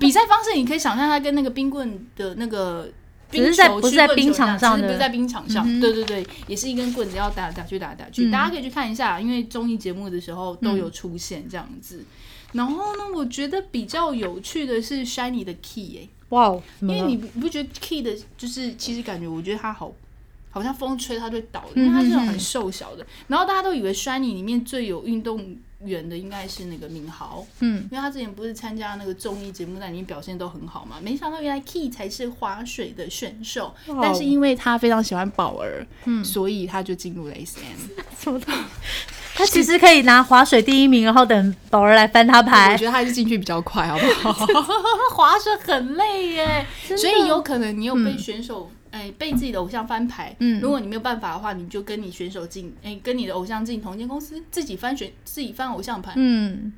Speaker 3: 比赛方式你可以想象，它跟那个冰棍的那个
Speaker 1: 只
Speaker 3: 冰
Speaker 1: 是
Speaker 3: 球。
Speaker 1: 在不是在
Speaker 3: 曲棍球
Speaker 1: 冰场
Speaker 3: 这
Speaker 1: 上
Speaker 3: 样只
Speaker 1: 的嗯
Speaker 3: 是不是在冰场上，对对对，也是一根棍子要打打去打打去，大家可以去看一下，因为综艺节目的时候都
Speaker 1: 嗯
Speaker 3: 有出现这样子。然后呢，我觉得比较有趣的是 Shiny 的 Key 哎、
Speaker 1: 哇哦，怎么
Speaker 3: 因为
Speaker 1: 了
Speaker 3: 你不不觉得 Key 的，就是其实感觉我觉得他好，好像风吹他就倒了，因为他是那种很瘦小的。然后大家都以为 Shiny 里面最有运动员的应该是那个敏豪，
Speaker 1: 嗯，
Speaker 3: 因为他之前不是参加那个综艺节目，在里面表现都很好嘛。没想到原来 Key 才是划水的选手，
Speaker 1: 哇哦
Speaker 3: 但是因为他非常喜欢宝儿，嗯，所以他就进入了 SM。
Speaker 1: 什么东西？他其实可以拿划水第一名，然后等宝儿来翻他
Speaker 3: 我
Speaker 1: 牌
Speaker 3: 觉。得他还是进去比较快，好不好？滑水很累
Speaker 1: 啊
Speaker 3: 耶，所以有可能你有被选手。哎、被自己的偶像翻牌，
Speaker 1: 嗯
Speaker 3: 如果你没有办法的话，你就跟你选手进，哎、跟你的偶像进同一间公司，自己翻选，自己翻偶像牌，
Speaker 1: 嗯，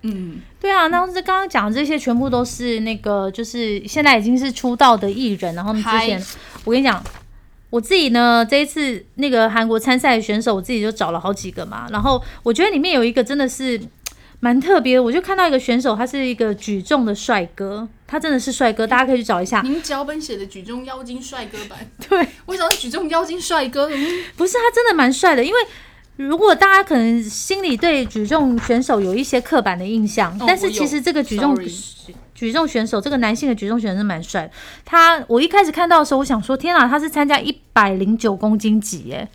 Speaker 3: 嗯，
Speaker 1: 对啊，那这刚刚讲的这些全部都是那个，就是现在已经是出道的艺人，然后之前我跟你讲，我自己呢这一次那个韩国参赛的选手，我自己就找了好几个嘛，然后我觉得里面有一个真的是蛮特别的，我就看到一个选手，他是一个举重的帅哥，他真的是帅哥，大家可以去找一 下。
Speaker 3: 您脚本写的举重妖精帅哥版，
Speaker 1: 对，
Speaker 3: 为什么是举重妖精帅哥？嗯
Speaker 1: 不是，他真的蛮帅的，因为。如果大家可能心里对举重选手有一些刻板的印象，
Speaker 3: 哦
Speaker 1: 但是
Speaker 3: 我
Speaker 1: 其
Speaker 3: 有
Speaker 1: 实这个举重
Speaker 3: sorry
Speaker 1: 举重选手，这个男性的举重选手是蛮帅的。他我一开始看到的时候，我想说，天啊，他是参加一百零九公斤级耶，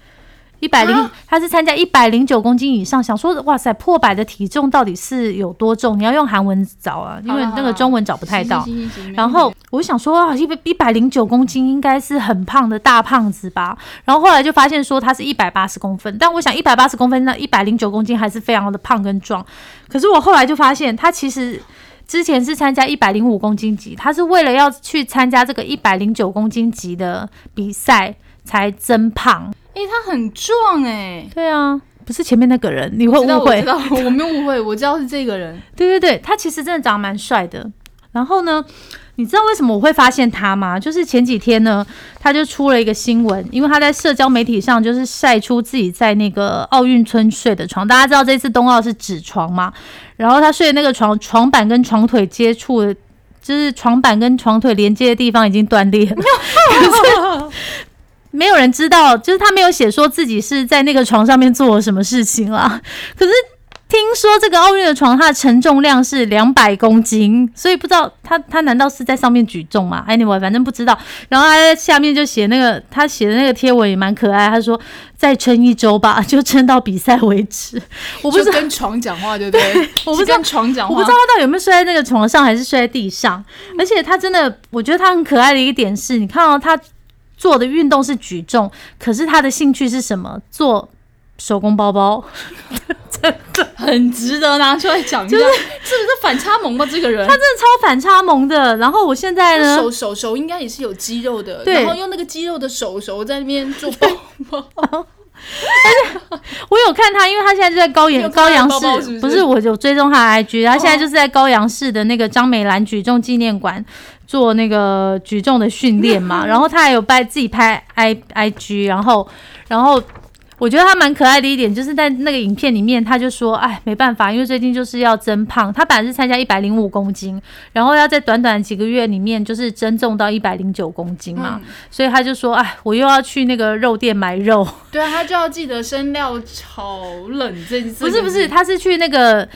Speaker 1: 一百零
Speaker 3: 啊
Speaker 1: 他是参加一百零九公斤以上，想说哇塞，破百的体重到底是有多重？你要用韩文找啊，因为
Speaker 3: 好啦
Speaker 1: 那个中文找不太到。
Speaker 3: 行行行行没
Speaker 1: 然后我想说啊，一百一百零九公斤应该是很胖的大胖子吧。然后后来就发现说他是一百八十公分，但我想一百八十公分那一百零九公斤还是非常的胖跟壮。可是我后来就发现他其实。之前是参加一百零五公斤级，他是为了要去参加这个一百零九公斤级的比赛才增胖。
Speaker 3: 哎、他很壮哎、
Speaker 1: 对啊，不是前面那个人，你会
Speaker 3: 我知道
Speaker 1: 误
Speaker 3: 我
Speaker 1: 会
Speaker 3: 知。道，我没有误会，我知道是这个人。
Speaker 1: 对对对，他其实真的长得蛮帅的。然后呢，你知道为什么我会发现他吗？就是前几天呢，他就出了一个新闻，因为他在社交媒体上就是晒出自己在那个奥运村睡的床。大家知道这次冬奥是纸床嘛，然后他睡的那个床床板跟床腿接触的。就是床板跟床腿连接的地方已经断裂了， 可是没有人知道，就是他没有写说自己是在那个床上面做了什么事情啦。可是听听说这个奥运的床它的承重量是两百公斤，所以不知道他他难道是在上面举重吗？Anyway，反正不知道。然后他在下面就写那个他写的那个贴文也蛮可爱，他说再撑一周吧， 就撑到比赛为止。我不知
Speaker 3: 就
Speaker 1: 道
Speaker 3: 跟床讲话，对不对？
Speaker 1: 我不
Speaker 3: 是
Speaker 1: 知道
Speaker 3: 跟床讲
Speaker 1: 我
Speaker 3: 话，
Speaker 1: 不知道他到底有没有睡在那个床上，还是睡在地上。而且他真的，我觉得他很可爱的一个点是，你看到、他做的运动是举重，可是他的兴趣是什么？做手工包包。
Speaker 3: 很值得拿出来讲一下，是不是反差萌吧？这个人
Speaker 1: 他。真的超反差萌的。然后我现在呢
Speaker 3: 手，手手应该也是有肌肉的，
Speaker 1: 嗯对
Speaker 3: 然后用那个肌肉的手手在那边做抱抱，
Speaker 1: 我有看他，因为他现在就在高
Speaker 3: 你有
Speaker 1: 阳
Speaker 3: 看
Speaker 1: 高
Speaker 3: 他的
Speaker 1: 阳
Speaker 3: 包
Speaker 1: 市，
Speaker 3: 包是不哦是
Speaker 1: 不是我有追踪他的 IG，他现在就是在高阳市的那个张美兰举重纪念馆做那个举重的训练 嘛。然后他还有拍自己拍 I IG，然后然后。我觉得他蛮可爱的一点，就是在那个影片里面，他就说：“哎，没办法，因为最近就是要增胖。他本来是参加一百零五公斤，然后要在短短几个月里面，就是增重到一百零九公斤
Speaker 3: 嗯
Speaker 1: 嘛。所以他就说：‘哎，我又要去那个肉店买肉。’
Speaker 3: 对啊，他就要记得生料炒冷这件事。
Speaker 1: 不是不是，他是去那个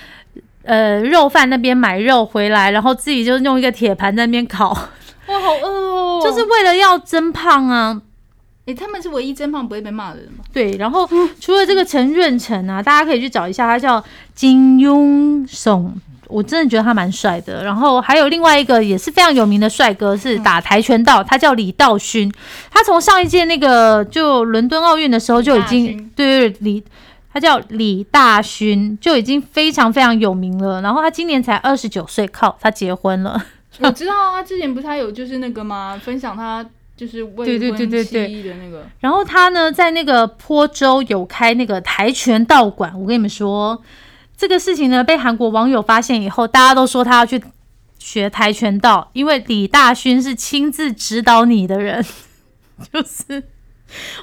Speaker 1: 呃肉贩那边买肉回来，然后自己就用一个铁盘在那边烤，
Speaker 3: 哇，好饿哦！
Speaker 1: 就是为了要增胖啊。
Speaker 3: 哎、他们是唯一真胖不会被骂的人吗？哦
Speaker 1: 对，然后除了这个陈润成啊，大家可以去找一下，他叫金庸耸。我真的觉得他蛮帅的，然后还有另外一个也是非常有名的帅哥，是打跆拳道，他叫李道勋。他从上一届那个就伦敦奥运的时候就已
Speaker 3: 李大
Speaker 1: 经
Speaker 3: 勋
Speaker 1: 对对对李，他叫李大勋，就已经非常非常有名了。然后他今年才二十九岁，靠，他结婚了。
Speaker 3: 我知道啊，他之前不是还有就是那个吗？分享他就是未
Speaker 1: 对对
Speaker 3: 婚
Speaker 1: 对对对
Speaker 3: 妻的那个，
Speaker 1: 然后他呢，在那个坡州有开那个跆拳道馆。我跟你们说，这个事情呢，被韩国网友发现以后，大家都说他要去学跆拳道，因为李大勋是亲自指导你的人， 就是。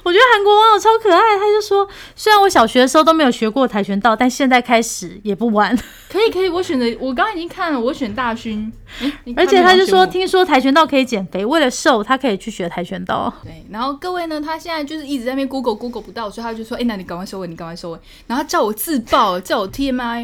Speaker 1: 我觉得韩国网友超可爱，他就说：“虽然我小学的时候都没有学过跆拳道，但现在开始也不晚。
Speaker 3: 可以可以，我选择我刚刚已经看了，我选大勋，诶你
Speaker 1: 而
Speaker 3: 看
Speaker 1: 且
Speaker 3: 没有
Speaker 1: 他就
Speaker 3: 选
Speaker 1: 说，
Speaker 3: 我
Speaker 1: 听说跆拳道可以减肥，为了瘦，他可以去学跆拳道。
Speaker 3: 对，然后各位呢，他现在就是一直在那边 Google Google 不到，所以他就说，哎、那你赶快收尾，你赶快收尾，然后他叫我自爆，叫我 TMI，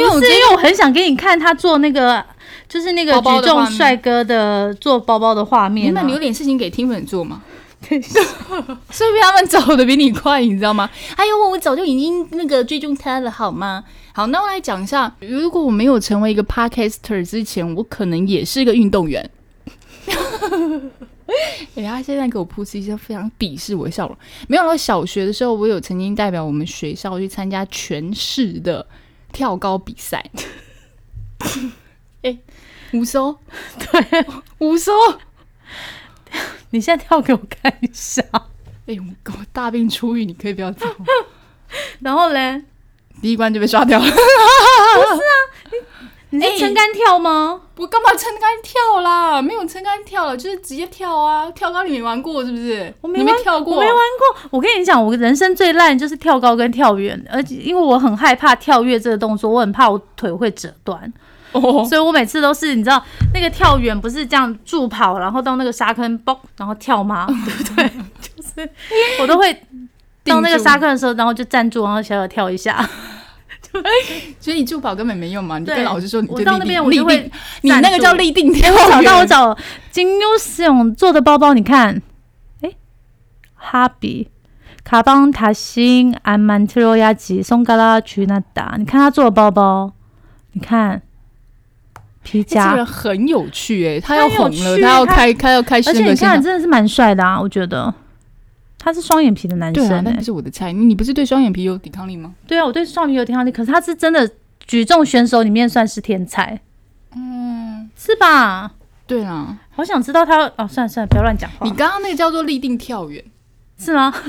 Speaker 1: 因
Speaker 3: 为
Speaker 1: 为
Speaker 3: 我
Speaker 1: 我
Speaker 3: 觉
Speaker 1: 因
Speaker 3: 得
Speaker 1: 为我很想给你看他做那个，就是那个
Speaker 3: 包包
Speaker 1: 举
Speaker 3: 的画
Speaker 1: 重
Speaker 3: 面
Speaker 1: 帅哥的做包包的画
Speaker 3: 你
Speaker 1: 面、啊
Speaker 3: 们。留点事情给听粉做嘛。 说不定他们走的比你快，你知道吗？哎呦，我早就已经那个追踪他了，好吗？好，那我来讲一下，如果我没有成为一个 podcaster 之前，我可能也是一个运动员。 哎、他现在给我噗嗤一下非常鄙视我的笑容。没有，我小学的时候，我有曾经代表我们学校去参加全市的跳高比赛。 哎、无收，对，无收。
Speaker 1: 你现在跳给我看一 下，
Speaker 3: 哎、我我大病初愈，你可以不要这样。
Speaker 1: 然后嘞，
Speaker 3: 第一关就被刷 掉了。
Speaker 1: 你
Speaker 3: 哎
Speaker 1: 是撑杆跳吗？
Speaker 3: 我干嘛撑杆跳啦？没有撑杆跳了，就是直接跳啊！跳高你没玩过是不是？
Speaker 1: 我没
Speaker 3: 你
Speaker 1: 玩
Speaker 3: 没跳过，
Speaker 1: 我没玩过。我跟你讲，我人生最烂就是跳高跟跳远，而且因为我很害怕跳跃这个动作，我很怕我腿会折断，
Speaker 3: 哦。
Speaker 1: 所以我每次都是你知道那个跳远不是这样助跑，然后到那个沙坑嘣，然后跳 吗？对不对？就是我都会到那个沙坑的时候，然后就站住，然后小小跳一下。
Speaker 3: 所以你助跑根本没用嘛！你就
Speaker 1: 对
Speaker 3: 跟老师嗯说你就
Speaker 1: 我到那边我
Speaker 3: 立
Speaker 1: 就
Speaker 3: 定，
Speaker 1: 会
Speaker 3: 立定你那个叫立定跳
Speaker 1: 我找
Speaker 3: 远。
Speaker 1: 到，我找到金优勇做的包包，你看，哎，哈比。卡邦塔辛安曼特洛亚吉松嘎拉曲纳达，你看他做的包包，你看皮
Speaker 3: 哎这
Speaker 1: 夹
Speaker 3: 个，人很有趣哎、他要
Speaker 1: 很有
Speaker 3: 红了，
Speaker 1: 趣
Speaker 3: 他要
Speaker 1: 他
Speaker 3: 开，他要开
Speaker 1: 而
Speaker 3: 始
Speaker 1: 且
Speaker 3: 那个
Speaker 1: 你
Speaker 3: 现
Speaker 1: 看
Speaker 3: 场。
Speaker 1: 真的是蛮帅的啊，我觉得他是双眼皮的男
Speaker 3: 对
Speaker 1: 生、
Speaker 3: 啊，那
Speaker 1: 欸
Speaker 3: 不，是我的菜。你你不是对双眼皮有抵抗力吗？
Speaker 1: 对啊，我对双眼皮有挺好的，可是他是真的举重选手里面算是天才，
Speaker 3: 嗯，
Speaker 1: 是吧？
Speaker 3: 对啊。
Speaker 1: 好想知道他哦，算了算了，不要乱讲话
Speaker 3: 你，刚刚那个叫做立定跳 远，
Speaker 1: 是吗？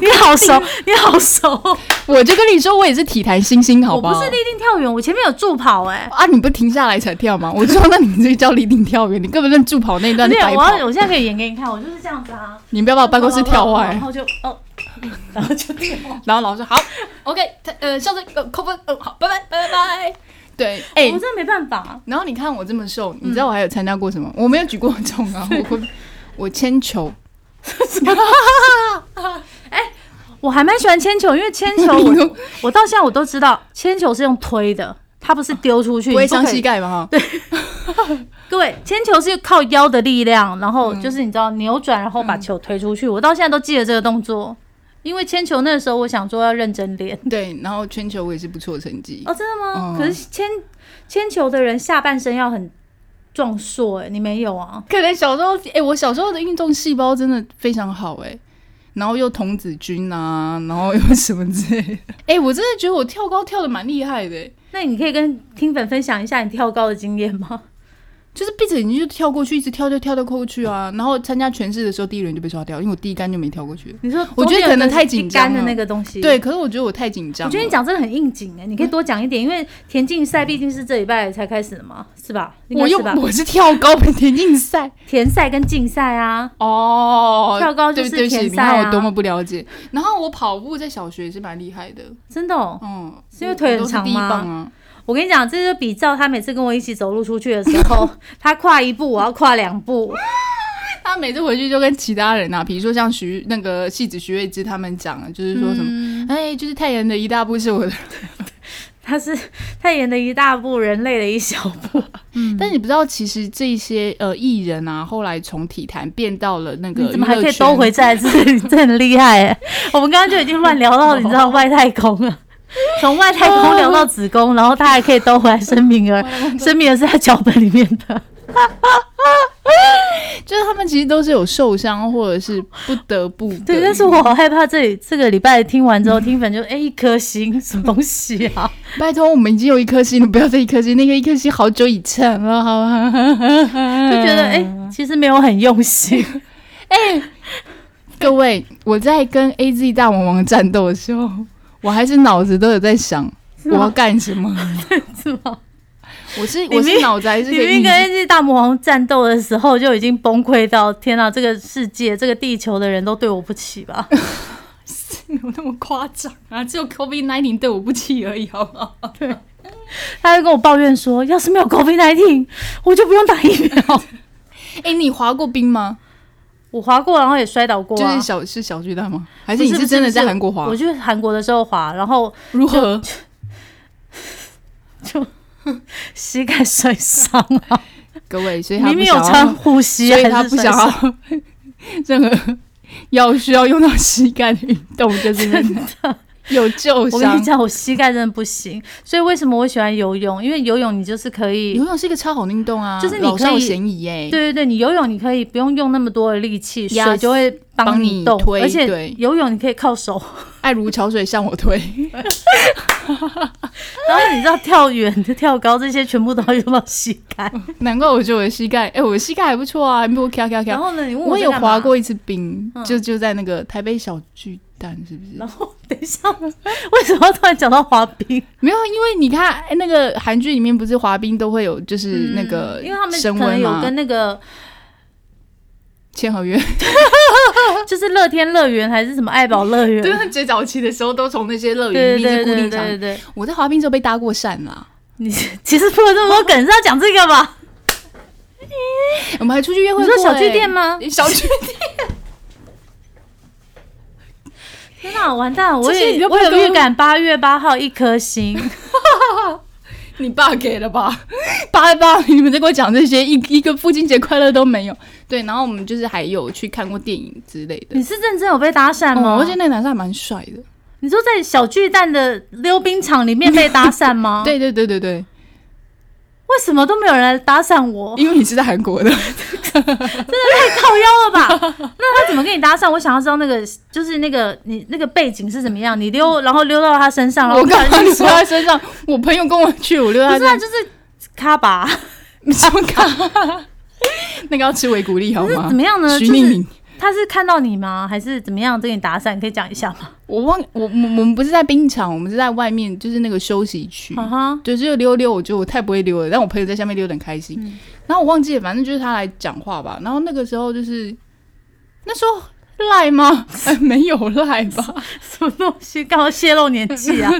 Speaker 1: 你好熟，你好熟， 啊
Speaker 3: 我就跟你说，我也是体坛新星，好
Speaker 1: 我
Speaker 3: 不好？
Speaker 1: 不是立定跳远，我前面有助跑哎、
Speaker 3: 啊，你不停下来才跳吗？ 我说，那你这叫立定跳远，你根本认助跑那一段
Speaker 1: 没
Speaker 3: 是
Speaker 1: 有，
Speaker 3: 白
Speaker 1: 我要
Speaker 3: 跑。
Speaker 1: 我现在可以演给你看，我就是这样子啊，
Speaker 3: 你不要把我办公室跳
Speaker 1: 然
Speaker 3: 坏。
Speaker 1: 后就哦，然后就跳。
Speaker 3: 然后老师好，OK，他呃，校正呃扣分，呃 好，拜拜拜拜拜。对，哎、
Speaker 1: 我真的没办 法，啊
Speaker 3: 然后你看我这么瘦，你知道我还有参加过什么？我没有举过 重啊，我我我铅球，
Speaker 1: 什么？哎、我还蛮喜欢铅球，因为铅球 我我到现在我都知道，铅球是用推的，它不是丢出去，
Speaker 3: 不会
Speaker 1: 你不可
Speaker 3: 伤
Speaker 1: 以
Speaker 3: 膝盖嘛哈？对，
Speaker 1: 各位，铅球是靠腰的力量，然
Speaker 3: 嗯
Speaker 1: 后就是你知道扭转，然后把球推出去。我到现在都记得这个动作，因为铅球那时候我想说要认真练。
Speaker 3: 对，然后铅球我也是不错的成绩
Speaker 1: 哦，，真的吗？
Speaker 3: 嗯
Speaker 1: 可是铅铅球的人下半身要很壮硕、哎，你没有啊？
Speaker 3: 可能小时候，哎、我小时候的运动细胞真的非常好、哎，然后又童子军啊，然后又什么之类的，哎、我真的觉得我跳高跳的蛮厉害的、哎
Speaker 1: 那你可以跟听粉分享一下你跳高的经验吗？
Speaker 3: 就是闭着眼睛就跳过去，一直跳就跳到过去啊。然后参加全市的时候，第一轮就被刷掉，因为我第一杆就没跳过去。
Speaker 1: 你说，
Speaker 3: 我觉得可能太紧张了
Speaker 1: 的那个东西。
Speaker 3: 对，，可是我觉得我太紧张
Speaker 1: 我
Speaker 3: 了。嗯
Speaker 1: 觉得你讲真的很应景哎、你可以多讲一点，因为田径赛毕竟是这礼拜才开始的嘛，是吧？应该
Speaker 3: 我又
Speaker 1: 是吧？
Speaker 3: 我是跳高比田 径赛
Speaker 1: 田赛跟竞赛啊，
Speaker 3: 哦，
Speaker 1: 跳高就是
Speaker 3: 对对不起，
Speaker 1: 田
Speaker 3: 你
Speaker 1: 赛啊
Speaker 3: 看我多么不了解。然后我跑步在小学也是蛮厉害的，
Speaker 1: 真的、哦。
Speaker 3: 嗯，
Speaker 1: 是因为 腿很
Speaker 3: 我都是
Speaker 1: 长
Speaker 3: 第一
Speaker 1: 吗
Speaker 3: 棒啊，
Speaker 1: 我跟你讲，这就比照他每次跟我一起走路出去的时 候，他跨一步，我要跨两步。
Speaker 3: 他每次回去就跟其他人啊，比如说像徐那个戏子徐瑞芝他们讲的，就是说什么。
Speaker 1: 嗯
Speaker 3: 哎，就是太阳的一大步是我的，
Speaker 1: 他是太远的一大步，人类的一小步。
Speaker 3: 但你不知道，其实这些呃艺人啊，后来从体坛变到了那个
Speaker 1: 你怎么还
Speaker 3: 娱乐
Speaker 1: 可以
Speaker 3: 圈
Speaker 1: 兜回？再来？这 这很厉害哎！我们刚刚就已经乱聊到你知
Speaker 3: 哦
Speaker 1: 道外太空了。从外太空聊到子宫，然后他还可以兜回来生命儿，生命儿是在脚本里面的。
Speaker 3: 就是他们其实都是有受伤，或者是不得 不的
Speaker 1: 对，但是我好害怕这里这个礼拜听完之后，听粉就哎、一颗星什么东西啊？
Speaker 3: 拜托，我们已经有一颗星了，不要再一颗星，那个一颗星好久以前了，好吧？
Speaker 1: 就觉得哎、
Speaker 3: 嗯
Speaker 1: 其实没有很用心。
Speaker 3: 各位，我在跟 A Z 大魔王战斗的时候，我还是脑子都有在想我
Speaker 1: 吗
Speaker 3: 要干什么。
Speaker 1: 是吗？
Speaker 3: 我是
Speaker 1: 明
Speaker 3: 我是脑子还是
Speaker 1: 你
Speaker 3: 个
Speaker 1: 明明
Speaker 3: 意
Speaker 1: 跟
Speaker 3: 志？
Speaker 1: 那只大魔王战斗的时候就已经崩溃到，天哪、这个世界、这个地球的人都对我不起吧？
Speaker 3: 没 有那么夸张啊，只有 COVID nineteen 对我不起而已，好不好？
Speaker 1: 他就跟我抱怨说，要是没有 COVID 1 9我就不用打疫苗。
Speaker 3: 哎、你滑过冰吗？
Speaker 1: 我滑过，然后也摔倒过、
Speaker 3: 就
Speaker 1: 啊。
Speaker 3: 是小是小巨蛋吗？还
Speaker 1: 不
Speaker 3: 是你
Speaker 1: 不
Speaker 3: 真的在
Speaker 1: 不是
Speaker 3: 韩国滑？
Speaker 1: 我去韩国的时候滑，然后
Speaker 3: 如何？
Speaker 1: 膝盖摔伤啊 了。
Speaker 3: 各位，所以他
Speaker 1: 明
Speaker 3: 不
Speaker 1: 明有
Speaker 3: 想要
Speaker 1: 穿护膝，
Speaker 3: 所以
Speaker 1: 还
Speaker 3: 他
Speaker 1: 是
Speaker 3: 不
Speaker 1: 摔
Speaker 3: 想
Speaker 1: 伤。
Speaker 3: 要 任何要需要用到膝盖的运动，就是因为有旧
Speaker 1: 我跟
Speaker 3: 伤
Speaker 1: 你。讲，我膝盖真的不行，所以为什么我喜欢游泳？因为游泳你就是可以
Speaker 3: 游泳是一个超好的运动啊，
Speaker 1: 就是你
Speaker 3: 老
Speaker 1: 可
Speaker 3: 少
Speaker 1: 以
Speaker 3: 咸宜哎、
Speaker 1: 对对对，你游泳你可以不用用那么多的力气，
Speaker 3: Yes，
Speaker 1: 水就会帮
Speaker 3: 帮
Speaker 1: 你
Speaker 3: 你
Speaker 1: 动，
Speaker 3: 推
Speaker 1: 而且
Speaker 3: 对
Speaker 1: 游泳你可以靠手。
Speaker 3: 爱如潮水向我推。
Speaker 1: 然后你知道跳远、跳高这些全部都要用到膝盖。
Speaker 3: 难怪我觉得我的膝盖，哎、我的膝盖还不错啊，还比我咔咔
Speaker 1: 然
Speaker 3: 咔。
Speaker 1: 后呢，你问
Speaker 3: 我
Speaker 1: 在
Speaker 3: 有
Speaker 1: 干
Speaker 3: 滑
Speaker 1: 嘛
Speaker 3: 过，一次冰，
Speaker 1: 嗯
Speaker 3: 就就在那个台北小巨蛋，是不是
Speaker 1: 然？后等一下，为什么要突然讲到滑冰？
Speaker 3: 没有，因为你看哎那个韩剧里面不是滑冰都会有，就是那个
Speaker 1: 嗯因为他们
Speaker 3: 升
Speaker 1: 可能
Speaker 3: 温
Speaker 1: 有
Speaker 3: 嘛，
Speaker 1: 跟那个
Speaker 3: 签 合约。
Speaker 1: 就是乐天乐园还是什么爱宝乐园，
Speaker 3: 就是最早期的时候，都从那些乐 园
Speaker 1: 对
Speaker 3: 里面
Speaker 1: 对
Speaker 3: 是固
Speaker 1: 对对
Speaker 3: 定场
Speaker 1: 对对，
Speaker 3: 我在滑冰之后被搭过讪啊啦，
Speaker 1: 你其实铺了这么多梗是要讲这个吧？
Speaker 3: 我们还出去约会
Speaker 1: 你
Speaker 3: 过、
Speaker 1: 说小巨店吗
Speaker 3: 欸？小巨店，
Speaker 1: 天哪，完蛋了！我
Speaker 3: 这些你
Speaker 1: 也
Speaker 3: 都不
Speaker 1: 我
Speaker 3: 要
Speaker 1: 有
Speaker 3: 跟
Speaker 1: 预
Speaker 3: 我
Speaker 1: 感， 八月八号一颗星。
Speaker 3: 你爸给了吧？ 爸爸，你们在给我讲这些，一一个父亲节快乐都没有。对，然后我们就是还有去看过电影之类 的。
Speaker 1: 你是认真有被搭讪吗？
Speaker 3: 哦，而且那个男生还蛮帅的。
Speaker 1: 你说在小巨蛋的溜冰场里面被搭讪 吗？，
Speaker 3: 对对对对对，
Speaker 1: 为什么都没有人来搭讪我？
Speaker 3: 因为你是在韩国的，
Speaker 1: 靠腰了吧？ 那他怎么跟你搭讪？我想要知道那个，就是那个你那个背景是怎么样？你溜，然后溜到他身上，然后
Speaker 3: 我刚刚
Speaker 1: 你
Speaker 3: 说他身上，我朋友跟我去，我溜
Speaker 1: 不
Speaker 3: 他
Speaker 1: 是啊，就是卡吧，
Speaker 3: 你怎么看？ 那个要吃维骨力好
Speaker 1: 可是
Speaker 3: 吗
Speaker 1: 怎？么样呢？
Speaker 3: 徐
Speaker 1: 就
Speaker 3: 宁
Speaker 1: 是
Speaker 3: 宁。
Speaker 1: 他是看到你吗？还是怎么样跟你搭讪？可以讲一下 吗？
Speaker 3: 我忘我我我们不是在冰场，我们是在外面，就是那个休息区。
Speaker 1: 啊哈，
Speaker 3: 对，就是溜溜，我觉得我太不会溜了，但我朋友在下面溜得很开心。然后我忘记了，反正就是他来讲话吧。然后那个时候就是那时候赖吗？ 哎，没有赖吧？
Speaker 1: 什么东西？刚好泄露年纪 啊！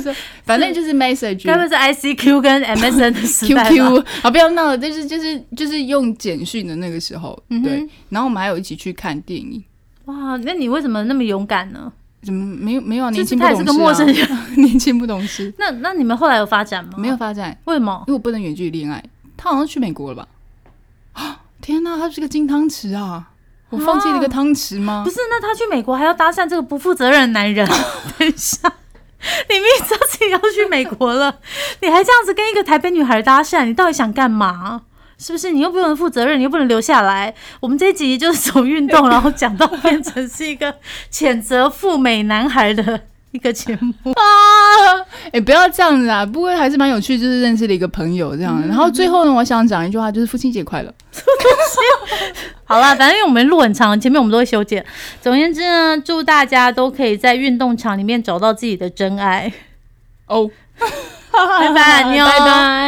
Speaker 3: 反正就是 message
Speaker 1: 该不会是 ICQ 跟 MSN 的时 代吧
Speaker 3: QQ 啊，不要闹了，就是就是就是用简讯的那个时候，
Speaker 1: 嗯哼
Speaker 3: 对。然后我们还有一起去看电影，
Speaker 1: 哇，那你为什么那么勇敢呢？
Speaker 3: 怎么没有没有啊？
Speaker 1: 就
Speaker 3: 年
Speaker 1: 是
Speaker 3: 轻不
Speaker 1: 他也
Speaker 3: 懂
Speaker 1: 是
Speaker 3: 事、
Speaker 1: 个
Speaker 3: 啊，
Speaker 1: 陌生人。
Speaker 3: 年轻不懂事，
Speaker 1: 那那你们后来有发展吗？
Speaker 3: 没有，发展，
Speaker 1: 为什么？
Speaker 3: 因为我不能远距离恋爱。他好像去美国了吧？ 啊天哪、他是个金汤匙啊！我放弃了一个汤匙吗？
Speaker 1: 不是，那他去美国还要搭讪这个不负责任的 男人？等一下，你明明知道自己要去美国了， 你还这样子跟一个台北女孩搭讪，你到底想干嘛？是不是你又不能负责任，你又不能留下来？我们这一集就是从运动，然后讲到变成是一个谴责赴美男孩的 一个节目。啊
Speaker 3: 哎、不要这样子啊！不过还是蛮有趣，就是认识了一个朋友这
Speaker 1: 嗯
Speaker 3: 样。然后最后呢，我想讲一句话，就是父亲节快乐。
Speaker 1: 好啦，反正因为我们路很长，前面我们都会修剪。总而言之呢，祝大家都可以在运 动场里面找到自己的真爱。
Speaker 3: 哦，
Speaker 1: 拜拜，妞哦
Speaker 2: 拜拜。